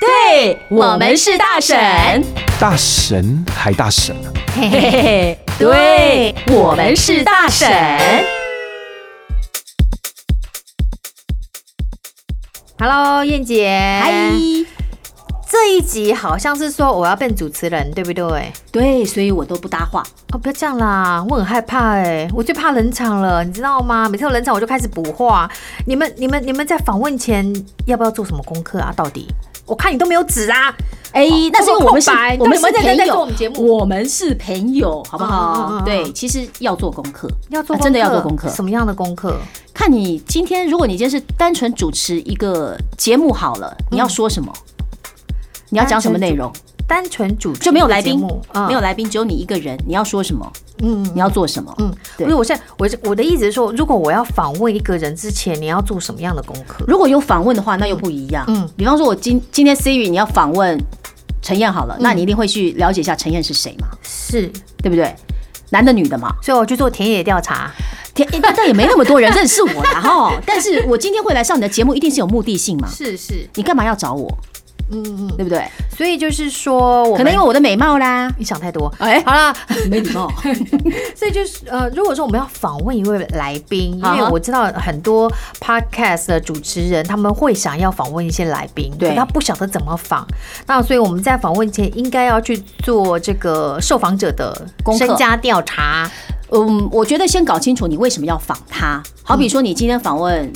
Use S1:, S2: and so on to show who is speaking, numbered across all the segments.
S1: 嘿，我们是大婶，
S2: 大神还大神啊！
S1: 嘿嘿嘿，对，我们是大婶。
S3: Hello，燕姐，
S1: 嗨，
S3: 哎这一集好像是说我要变主持人，对不对？
S1: 对，所以我都不搭话。
S3: 哦，不要这样啦，我很害怕哎、我最怕冷场了，你知道吗？每次有冷场我就开始补话。你们、你们、你们在访问前要不要做什么功课啊？到底我看你都没有纸啊！
S1: 哎，那是因为我们是
S3: 空白，
S1: 我们是
S3: 到底有没有
S1: 朋
S3: 在在做我
S1: 友嗯
S3: 们节，目
S1: 我们是朋友，好不
S3: 嗯嗯嗯
S1: 好？
S3: 嗯
S1: 对，其实要做功课，
S3: 要做
S1: 啊真的要做功课。
S3: 什么样的功课？
S1: 看你今天，如果你今天是单纯主持一个节目好了，你要说什么？你要讲什么内容？
S3: 嗯单纯主持
S1: 就没有来宾
S3: 一个节目，嗯
S1: 没有来宾，只有你一个人，你要说什么？
S3: 嗯
S1: 你要做什么？
S3: 嗯，
S1: 对
S3: 因为我现在我是我的意思是说，如果我要访问一个人之前，你要做什么样的功课？
S1: 如果有访问的话，那又不一样。
S3: 嗯嗯
S1: 比方说，我今今天 Siri 你要访问陈燕
S3: 嗯
S1: 好了，那你一定会去了解一下陈燕是谁嘛，
S3: 是，
S1: 对不对？男的女的嘛，
S3: 所以我去做田野调查。
S1: 天，诶但但也没那么多人认识我啦哈。但是我今天会来上你的节目，一定是有目的性嘛。
S3: 是是，
S1: 你干嘛要找我？
S3: 嗯嗯嗯，
S1: 对不对？
S3: 所以就是说我们，
S1: 可能因为我的美貌啦。
S3: 你想太多。
S1: 哎，
S3: 好啦，
S1: 没礼貌。
S3: 所以就是呃，如果说我们要访问一位来宾，因
S1: 啊
S3: 为
S1: 哈
S3: 我知道很多 podcast 的主持人他们会想要访问一些来宾，
S1: 对
S3: 可他不晓得怎么访。那所以我们在访问前应该要去做这个受访者的
S1: 功课
S3: 身家调查。
S1: 嗯，我觉得先搞清楚你为什么要访他。好比说，你今天访问。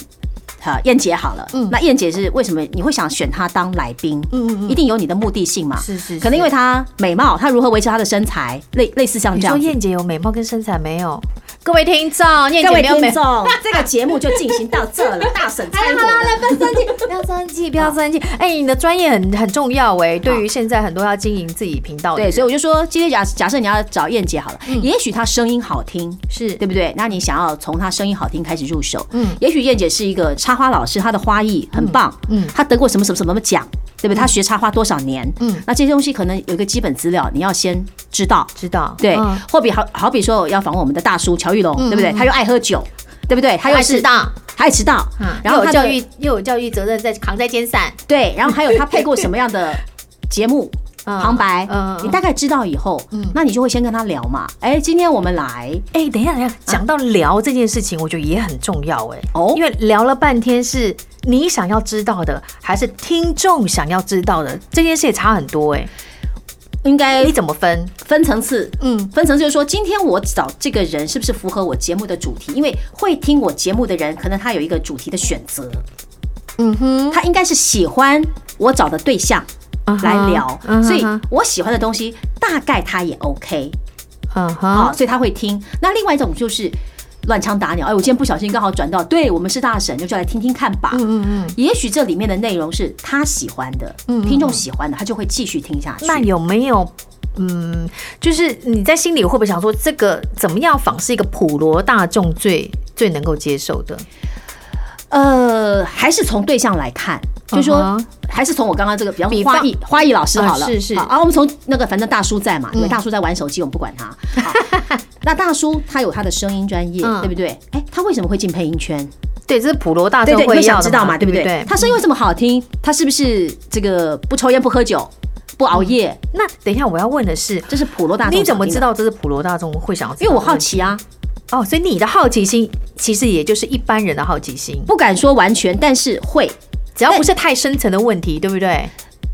S1: 呃，燕姐好了，
S3: 嗯
S1: 那燕姐是为什么你会想选她当来宾？
S3: 嗯嗯嗯
S1: 一定有你的目的性嘛。
S3: 是是是
S1: 可能因为她美貌，她如何维持她的身材，类类似像
S3: 你
S1: 这
S3: 说
S1: 样子。
S3: 燕姐有美貌跟身材没有？各位听众，燕
S1: 各
S3: 姐
S1: 位
S3: 没有美
S1: 听。众，这个节目就进行到这 了，大婶猜
S3: 哎，
S1: 我
S3: 好了，
S1: 的。
S3: 不要生 气，不要生气，不要生气。哎，你的专业很很重要哎，对于现在很多要经营自己频道的
S1: 对，
S3: 人，
S1: 所以我就说，今天假假设你要找燕姐好了，
S3: 嗯
S1: 也许她声音好听，
S3: 是
S1: 对不对？那你想要从她声音好听开始入手，
S3: 嗯
S1: 嗯，也许燕姐是一个插花老师，她的花艺很棒，
S3: 嗯
S1: 嗯
S3: 嗯，
S1: 她得过什么什么什么奖，对不对？她学插花多少年，
S3: 嗯
S1: 嗯，那这些东西可能有一个基本资料，你要先知道，
S3: 知道
S1: 对
S3: 嗯。
S1: 或比好好比说要访问我们的大叔乔玉龙，对不对？他又爱喝酒，对不对？他又
S3: 爱
S1: 是
S3: 迟到，
S1: 爱迟到，
S3: 嗯然后
S1: 他
S3: 有
S1: 的
S3: 教育又有教育责任在扛在肩上，
S1: 对，然后还有他配过什么样 的节目。
S3: 嗯
S1: 旁白，
S3: 嗯嗯
S1: 你大概知道以后，那你就会先跟他聊嘛。哎、今天我们来，
S3: 哎、等一下，等一下，讲到聊这件事情，我觉得也很重要哎、
S1: 哦
S3: 因为聊了半天是你想要知道的，还是听众想要知道的，这件事也差很多哎、
S1: 应该
S3: 你怎么分？
S1: 分层次，
S3: 嗯，
S1: 分层次就是说，今天我找这个人是不是符合我节目的主题？因为会听我节目的人，可能他有一个主题的选择，
S3: 嗯哼，
S1: 他应该是喜欢我找的对象来聊，
S3: 嗯哼
S1: 所以我喜欢的东西大概他也 OK
S3: 嗯
S1: 啊、
S3: 哼，
S1: 所以他会听。那另外一种就是乱枪打鸟，哎，我今天不小心刚好转到，对我们是大神，就叫来听听看吧。
S3: 嗯嗯。
S1: 也许这里面的内容是他喜欢的，听众喜欢的，他就会继续听下去。
S3: 那有没有？嗯，就是你在心里会不会想说，这个怎么样仿是一个普罗大众最最能够接受的？
S1: 呃，还是从对象来看，就是
S3: 嗯
S1: 说
S3: 哼，
S1: 还是从我刚刚这个，比方
S3: 比
S1: 说
S3: 方
S1: 花艺花艺老师好了，
S3: 啊是是嗯
S1: 好啊，我们从那个反正大叔在嘛，因为大叔在玩手机，我们不管他。好 那大叔他有他的声音专业，
S3: 嗯
S1: 对不对？哎，他为什么会进配音圈？
S3: 对，这是普罗大
S1: 对
S3: 众
S1: 对，你
S3: 会
S1: 会
S3: 要
S1: 想
S3: 的
S1: 知道嘛，对不
S3: 对
S1: 对？他声音为什么好听？他是不是这个不抽烟不喝酒不熬夜？
S3: 那等一下我要问的是，
S1: 这是普罗大众。
S3: 你怎么知？道这是普罗大众会想要知道的？
S1: 因为我好奇啊，
S3: 哦，所以你的好奇心其实也就是一般人的好奇心，
S1: 不敢说完全，但是会。
S3: 只要不是太深层的问题，对不对？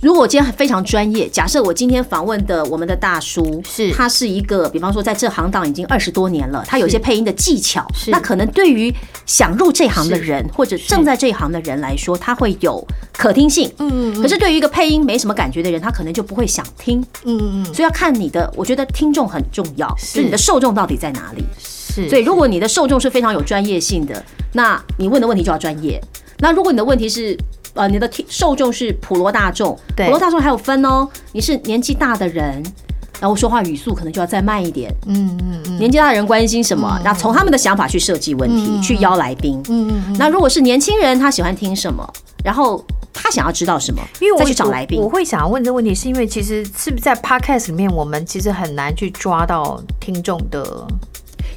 S1: 如果我今天非常专业，假设我今天访问的我们的大叔
S3: 是
S1: 他是一个，比方说在这行当已经二十多年了，他有一些配音的技巧，
S3: 是
S1: 那可能对于想入这行的人或者正在这一行的人来说，他会有可听性。
S3: 嗯
S1: 可是对于一个配音没什么感觉的人，他可能就不会想听，
S3: 嗯嗯，
S1: 所以要看你的，我觉得听众很重要，
S3: 是
S1: 就你的受众到底在哪里。
S3: 是。
S1: 所以如果你的受众是非常有专业性的，那你问的问题就要专业。那如果你的问题是呃，你的听受众是普罗大众，
S3: 对
S1: 普罗大众还有分哦，你是年纪大的人，然后说话语速可能就要再慢一点。
S3: 嗯嗯嗯
S1: 年纪大的人关心什么？那从他们的想法去设计问题，去邀来宾。
S3: 嗯嗯，
S1: 那如果是年轻人，他喜欢听什么？然后他想要知道什么？
S3: 因为我
S1: 再去找来宾
S3: 我，我会想要问这个问题，是因为其实是不是在 podcast 里面，我们其实很难去抓到听众的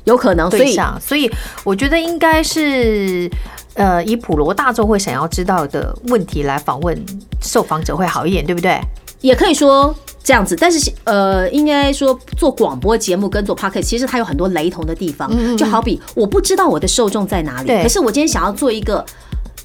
S1: 有可能。所
S3: 对
S1: 以
S3: 象，所以我觉得应该是呃以普罗大众会想要知道的问题来访问受访者会好一点，对不对？
S1: 也可以说这样子，但是呃，应该说做广播节目跟做 p o c k e t 其实它有很多雷同的地方，就好比我不知道我的受众在哪里，
S3: 嗯对
S1: 可是我今天想要做一个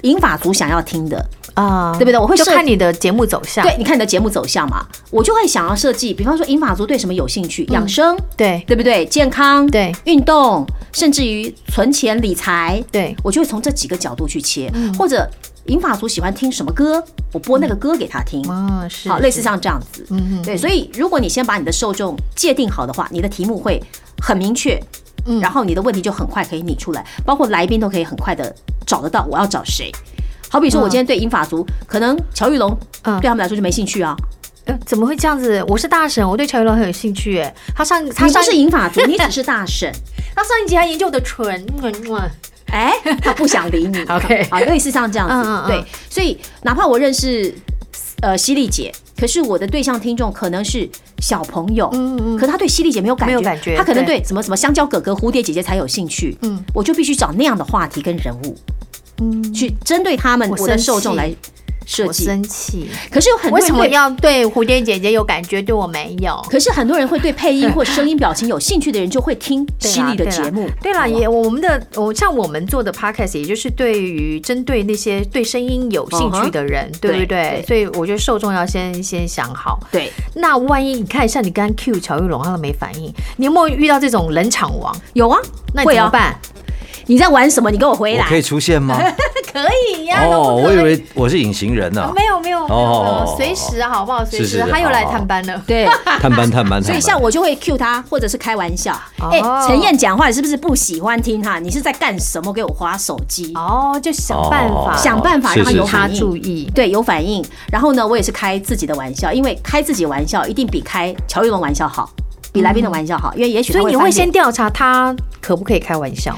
S1: 银发族想要听的，
S3: 啊、
S1: 对不对我会
S3: 就
S1: 设
S3: 看你的节目走向。
S1: 对，你看你的节目走向嘛，我就会想要设计，比方说银发族对什么有兴趣，养生，
S3: 嗯对
S1: 对不对？健康，
S3: 对，
S1: 运动，甚至于存钱理财，
S3: 对嗯
S1: 我就会从这几个角度去切，或者银发族喜欢听什么歌，我播那个歌给他听，
S3: 啊，是
S1: 好，类
S3: 是
S1: 似像这样子，
S3: 嗯
S1: 嗯对，所以如果你先把你的受众界定好的话，你的题目会很明确，嗯，然后你的问题就很快可以拟出来，包括来宾都可以很快的找得到我要找谁。好比说，我今天对英法族，可能乔玉龙
S3: 嗯
S1: 对他们来说就没兴趣啊，
S3: 呃怎么会这样子？我是大神，我对乔玉龙很有兴趣哎。他上他
S1: 他不
S3: 上
S1: 是英法族， 你只是大婶，
S3: 他上一集还研究我的唇，嗯
S1: 哎， 他不想理你
S3: OK
S1: 啊，类似像这样子，
S3: 嗯嗯嗯
S1: 对，所以哪怕我认识呃犀利姐，可是我的对象听众可能是小朋友，
S3: 嗯嗯
S1: 可他对犀利姐没有感觉，
S3: 没有感觉
S1: 他可能对什么什么香蕉哥哥、蝴蝶姐姐才有兴趣。
S3: 嗯
S1: 嗯，我就必须找那样的话题跟人物，
S3: 嗯，
S1: 去针对他们
S3: 我
S1: 我的
S3: 生
S1: 受众
S3: 气
S1: 来设
S3: 我
S1: 计。
S3: 生气，
S1: 可是有很多
S3: 为
S1: 人
S3: 什么
S1: 会？
S3: 要对蝴蝶姐姐有感觉，对我没有？
S1: 可是很多人会对配音或声音表情有兴趣的人，就会 听犀利的节目。
S3: 啊对啦，
S1: 好不好
S3: 也我们的我像我们做的 podcast，也就是对于针对那些对声音有兴趣的人嗯对不
S1: 对
S3: 对
S1: 对？
S3: 所以我觉得受众要先先想好。
S1: 对，
S3: 那万一你看一下，你刚刚 Q 乔玉龙，他都没反应，你有没有遇到这种冷场王？
S1: 有啊，
S3: 那你
S1: 会
S3: 怎么
S1: 啊。
S3: 办？
S1: 你在玩什么？你给我回
S4: 我
S1: 来
S4: 可。以出现吗？
S3: 可以呀、都
S4: 哦，
S3: 不可
S4: 我以
S3: 以
S4: 为我是隐形人呢、啊。
S3: 没有没有没有没有
S4: 哦，
S3: 随时啊好不好？随
S4: 是
S3: 时
S4: 是
S3: 他又来
S4: 好
S3: 探班了。
S1: 对，
S4: 探班探班，
S1: 所以
S4: 探班
S1: 像我就会 cue 他，或者是开玩笑。哎
S3: 哦，
S1: 陈燕讲话，你是不是不喜欢听哈？你是在干什么？给我划手机。
S3: 哦，就想办法
S4: 哦
S1: 想办法让他
S4: 是是
S1: 有
S4: 是
S1: 反
S3: 他
S1: 应
S3: 注意。
S1: 对，有反应。然后呢，我也是开自己的玩笑，因为开自己玩笑一定比开乔玉龙玩笑好，比来宾的玩笑好，因为也许
S3: 所以你会先
S1: 定
S3: 调查他可不可以开玩笑，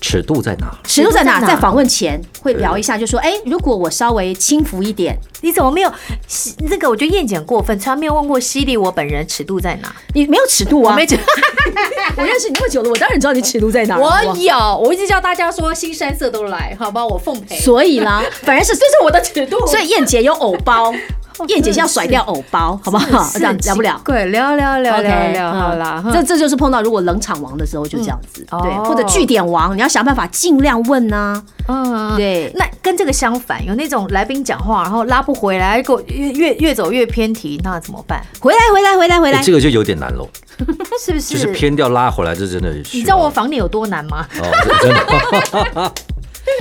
S4: 尺度在哪？
S1: 尺度在哪，
S3: 在哪嗯
S1: 在访问前会聊一下，就说，哎，如果我稍微轻浮一点，
S3: 你怎么没有？西那个我觉得燕姐很过分，从来没有问过犀利我本人尺度在哪。
S1: 你没有尺度啊，
S3: 我没觉
S1: 我认识你那么久了，我当然知道你尺度在哪儿。好不
S3: 我
S1: 好
S3: 有，我一直叫大家说新山色都来，好吧，我奉陪。
S1: 所以啦，反而 是这是我的尺度，所以燕姐有偶包，燕姐是要甩掉偶包，好不好？这样聊不了。
S3: 对，聊聊聊
S1: OK，
S3: 聊聊，
S1: 嗯
S3: 好啦。哼
S1: 这这就是碰到如果冷场王的时候就这样子，
S3: 嗯
S1: 对
S3: 哦，
S1: 或者据点王，你要想办法尽量问呐，
S3: 嗯，
S1: 对
S3: 那跟这个相反，有那种来宾讲话，然后拉不回来，给我越越越走越偏题，那怎么办？
S1: 回来回来回来回
S4: 哎
S1: 来，
S4: 这个就有点难喽，
S3: 是不？
S4: 就是是偏掉拉回来，这真的需要。
S3: 你知道我防你有多难吗？
S4: 哦，这真的，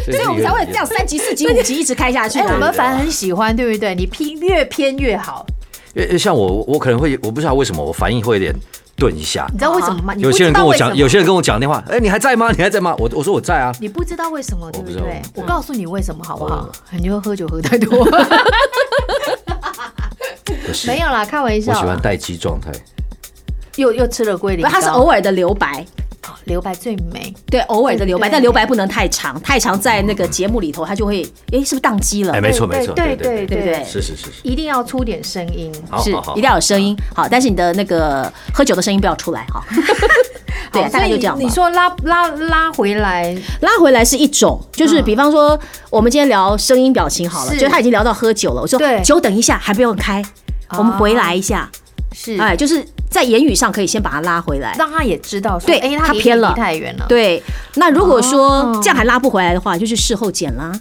S4: 所
S1: 所以我们才会这样三级、四级、五级一直开下去
S3: 哎、
S1: 啊。
S3: 我们反而很喜欢，对不对？你偏越偏越好，
S4: 因为像我，我可能会，我不知道为什么我反应会有点顿一下
S3: 你。知道为什么吗？你
S4: 啊有
S3: 不
S4: 些
S3: 知
S4: 人
S3: 道
S4: 跟我
S3: 为什
S4: 讲，
S3: 么
S4: 有些人跟我讲电话，哎，你还在吗？你还在吗？我我说我在啊。
S3: 你不知道为什么，对
S4: 不
S3: 不
S4: 知道
S3: 对？我
S4: 对
S3: 告诉你为什么好不好
S4: 哦？
S1: 嗯
S3: 你就喝酒喝 太多，
S4: 可是
S3: 没有啦，开玩笑
S4: 我
S3: 啦。
S4: 喜欢待机状态。
S3: 又又吃了龟苓膏，
S1: 他是偶尔的留白，
S3: 留哦白最美。
S1: 对，偶尔的留白，
S3: 对
S1: 但留白不能太长，太长在那个节目里头，他就会，哎，是不是宕机了
S4: 哎，？没错没错，
S3: 对对
S4: 对
S1: 对不对
S4: 是是是是，
S3: 一定要出点声音。
S4: 好
S1: 是
S4: 好，好
S1: 一定。要有声音，好，但是你的那个喝酒的声音不要出来 哈。对，
S3: 好
S1: 大概就这样
S3: 哦
S1: 吧
S3: 所以。你说拉拉拉回来，
S1: 拉回来是一种，就是比方说，我们今天聊声音表情好了，
S3: 嗯是
S1: 就是他已经聊到喝酒了，我说
S3: 对啊
S1: 酒等一下还不用开，我们回来一下，
S3: 是
S1: 哎，就是在言语上可以先把他拉回来。
S3: 让他也知道说，
S1: 对
S3: 哎，
S1: 他
S3: 离
S1: 偏
S3: 你
S1: 了
S3: 离太远了。
S1: 对，那如果说
S3: 哦
S1: 这样还拉不回来的话，就是事后剪啦，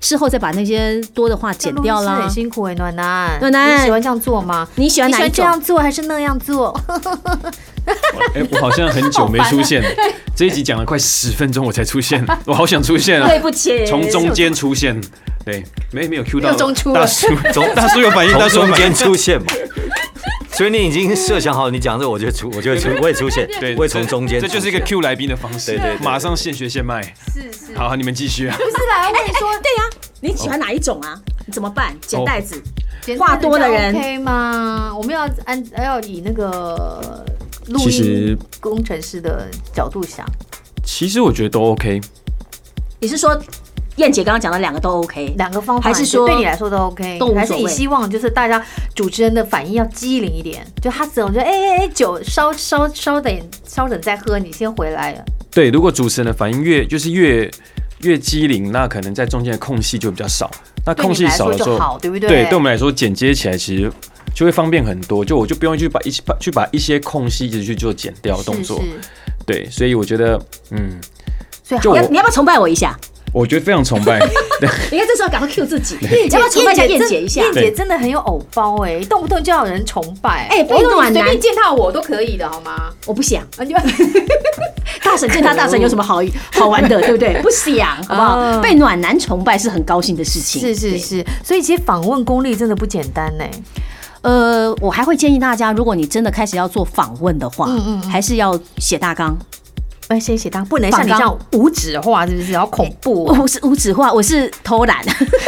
S1: 事后再把那些多的话剪掉
S3: 录音室
S1: 啦
S3: 很。辛苦哎，暖男，
S1: 暖男
S3: 你喜欢这样做吗？
S1: 你喜欢
S3: 你
S1: 哪
S3: 喜
S1: 一
S3: 欢这
S1: 种？
S3: 样做还是那 样做？
S2: 哎，我好像很久没出现了，这一集讲了快十分钟，我才出现， 我好想出现啊！
S1: 不起
S2: 从中间出现，对，没没有 Q 到
S3: 又中出了
S4: 啊
S2: 大叔，大叔有反应，大
S4: 从
S2: 叔有
S4: 中
S2: 反
S4: 间
S2: 应，
S4: 出现嘛。 所以你已经设想好，你讲这我就出，我就出，我也出现，
S2: 对，
S4: 我也从中间出
S2: 这就
S4: 现。
S2: 是一个 Q 来宾的方式，
S4: 对对对
S2: 马上现学现卖。
S3: 是是，
S2: 好，你们继续啊。
S3: 不是
S1: 哎
S3: 啦，我跟你说，
S1: 对呀、你喜欢哪一种啊？
S2: 哦
S1: 你怎么办？剪袋子？
S3: 简单
S1: 话多的人
S3: 这样 OK 吗？我们要按要以那个录
S2: 其
S3: 音
S2: 实
S3: 工程师的角度想，
S2: 其实我觉得都 OK，
S1: 你是说燕姐刚刚讲的两个都 OK？
S3: 两个方法
S1: 还是说
S3: 对你来说都 OK，
S1: 都无所谓
S3: 还是你希望就是大家主持人的反应要机灵一点，就他总觉得哎哎哎酒稍稍稍等稍等再喝，你先回来。
S2: 对。如果主持人的反应越就是越越机灵，那可能在中间的空隙就比较少。那
S3: 对
S2: 空
S3: 你
S2: 隙
S3: 来
S2: 少
S3: 说
S2: 的时
S3: 就
S2: 候
S3: 好，，对不对？
S2: 对，对我们来说剪接起来其实就会方便很多。就我就不用去把一些把去把一些空隙一直去做剪掉的动作。
S3: 是是
S2: 对，所以我觉得，嗯，
S3: 所以
S2: 就
S1: 你要
S2: 我
S1: 你要不要崇拜我一下？
S2: 我觉得非常崇 拜。
S1: 你看这时候赶快 Q 自己，你要不要崇拜一下燕姐一下？
S3: 燕
S2: 对
S3: 姐真的很有偶包哎、动不动就要有人崇拜。
S1: 哎不
S3: 我跟你
S1: 用
S3: 说
S1: 啊
S3: 你随
S1: 男
S3: 便践踏我都可以的 好吗？
S1: 我不想，
S3: 啊，你
S1: 大婶见他大婶有什么好好玩的，对不对？不想，好 不好？
S3: 哦
S1: 被暖男崇拜是很高兴的事情。
S3: 是是
S1: 对
S3: 是，所以其实访问功力真的不简单哎呢、
S1: 呃，我还会建议大家，如果你真的开始要做访问的话，
S3: 嗯嗯嗯
S1: 还是要写大纲。
S3: 哎，谢谢大家，不能像你这样无纸化，是不是？好恐怖
S1: 我
S3: 哦、
S1: 不是无纸化，我是偷懒，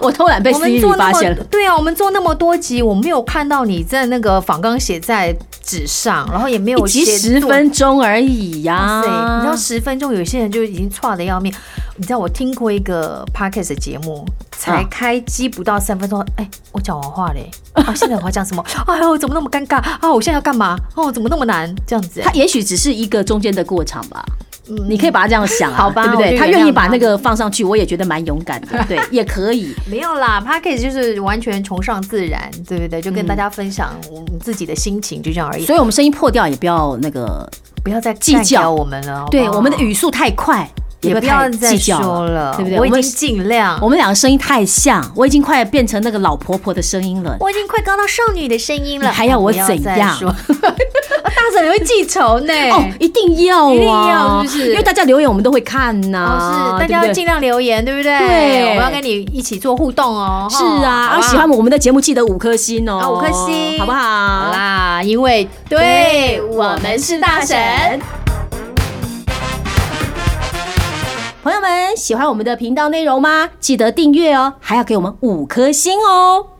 S1: 我偷懒被
S3: 我们
S1: C
S3: 做
S1: i
S3: 那
S1: 发现
S3: 么
S1: 了。
S3: 对啊，我们做那么多集，我没有看到你在那个访纲写在纸上，然后也没有
S1: 一集
S3: 写
S1: 十
S3: 作
S1: 分钟而已呀、
S3: 哇塞，你知道十分钟有些人就已经差的要命。你知道我听过一个 podcast 的节目，才
S1: 啊
S3: 开机不到三分钟，哎、我讲完话嘞，啊，现在我要讲什么？哎呦，怎么那么尴尬啊？我现在要干嘛？哦，怎么那么难？这样子、
S1: 它
S3: 哎
S1: 也许只是一个中间的过场吧，
S3: 嗯
S1: 你可以把它这样想啊，
S3: 好吧
S1: 对不
S3: 我就
S1: 对？
S3: 原
S1: 他愿意
S3: 谅
S1: 把
S3: 他
S1: 那个放上去，我也觉得蛮勇敢的，对， 也可以。
S3: 没有啦 p a c k a g e 就是完全崇尚自然，对不对？就跟大家分享我们自己的心情，就这样而已。
S1: 所以我们声音破掉也不要那个，
S3: 不要再
S1: 计
S3: 干
S1: 较
S3: 掉我们了，好不
S1: 对，
S3: 好
S1: 我们的语速太快，
S3: 也不要
S1: 太
S3: 再
S1: 计较
S3: 说了，
S1: 对不对？
S3: 我
S1: 我
S3: 已
S1: 们
S3: 经尽量，
S1: 我们两个声音太像，我已经快变成那个老婆婆的声音了。
S3: 我已经快高到少女的声音了，
S1: 你还要我怎样
S3: 不要再说 大婶你会记仇呢。
S1: 哦，一定要、啊，
S3: 一定要是不是
S1: 因为大家留言我们都会看呐、
S3: 哦，是，大
S1: 啊对
S3: 家
S1: 不
S3: 要
S1: 对
S3: 尽量留言，对不对？
S1: 对
S3: 我们要跟你一起做互动哦。
S1: 是
S3: 哈
S1: 啊，
S3: 好
S1: 然
S3: 不
S1: 后
S3: 好
S1: 喜欢我们的节目记得五颗星哦，
S3: 啊五颗星
S1: 好不好？
S3: 好啦，因为对我们是大神，
S1: 朋友们喜欢我们的频道内容吗？记得订阅哦，还要给我们五颗星哦。